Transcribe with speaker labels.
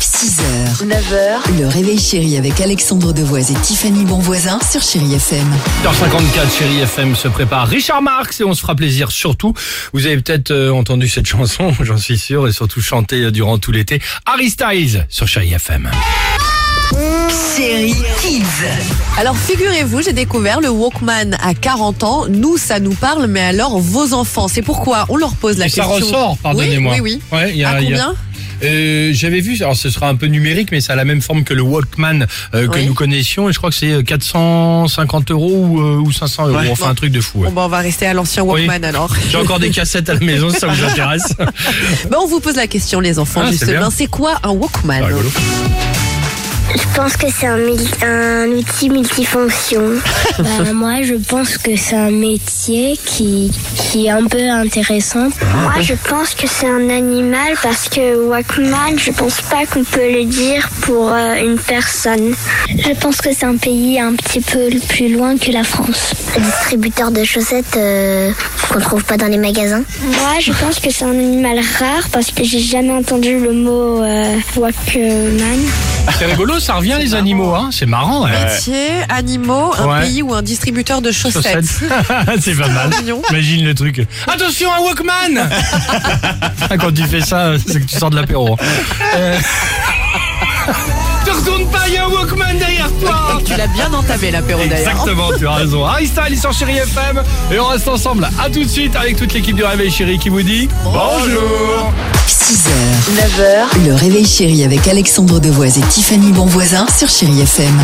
Speaker 1: 6h, 9h, le réveil chéri avec Alexandre Devoise et Tiffany Bonvoisin sur Chéri FM.
Speaker 2: 8h54, chérie FM se prépare. Richard Marx et on se fera plaisir surtout. Vous avez peut-être euh, entendu cette chanson, j'en suis sûr, et surtout chantée euh, durant tout l'été. Harry Styles sur chérie FM.
Speaker 1: Chéri Kids. Alors figurez-vous, j'ai découvert le Walkman à 40 ans. Nous, ça nous parle, mais alors vos enfants, c'est pourquoi on leur pose la
Speaker 2: Ça
Speaker 1: question.
Speaker 2: ressort, pardonnez-moi.
Speaker 1: Oui, oui, oui.
Speaker 2: Ouais, il y a-
Speaker 1: à
Speaker 2: il y a-
Speaker 1: combien
Speaker 2: Euh, J'avais vu, alors ce sera un peu numérique, mais ça a la même forme que le Walkman euh, que
Speaker 1: Oui.
Speaker 2: nous connaissions, et je crois que c'est euh, 450 euros ou, euh, ou 500 euros, enfin un truc de fou. ouais.
Speaker 1: Bon, bah, on va rester à l'ancien
Speaker 2: Oui.
Speaker 1: Walkman alors.
Speaker 2: J'ai encore des cassettes à la maison, si ça vous intéresse.
Speaker 1: Bah, on vous pose la question, les enfants,
Speaker 2: Ah, c'est
Speaker 1: justement.
Speaker 2: bien.
Speaker 1: C'est quoi un Walkman
Speaker 2: Ah, rigolo.
Speaker 3: Je pense que c'est un, mil- un outil multifonction.
Speaker 4: Bah, moi, je pense que c'est un métier qui, qui est un peu intéressant.
Speaker 3: Moi, je pense que c'est un animal parce que Walkman, je pense pas qu'on peut le dire pour euh, une personne.
Speaker 4: Je pense que c'est un pays un petit peu plus loin que la France.
Speaker 3: Distributeur de chaussettes euh, qu'on trouve pas dans les magasins. Moi, je pense que c'est un animal rare parce que j'ai jamais entendu le mot euh, Walkman.
Speaker 2: C'est rigolo, ça revient les animaux, hein. c'est marrant. ouais.
Speaker 1: Métier, animaux, un
Speaker 2: Ouais.
Speaker 1: pays ou un distributeur de chaussettes.
Speaker 2: Chaussettes. c'est pas mal.
Speaker 1: Mignon.
Speaker 2: Imagine le truc. Attention un Walkman Ah, Quand tu fais ça, c'est que tu sors de l'apéro. Euh, Te retourne pas, il y a un Walkman derrière toi
Speaker 1: Tu l'as bien entamé l'apéro d'ailleurs.
Speaker 2: Exactement, tu as raison. Ah, Harry Styles sur Chéri FM et on reste ensemble. À tout de suite avec toute l'équipe du Réveil Chéri qui vous dit bonjour.
Speaker 1: 6h, 9h, le réveil chéri avec Alexandre Devoise et Tiffany Bonvoisin sur Chéri FM.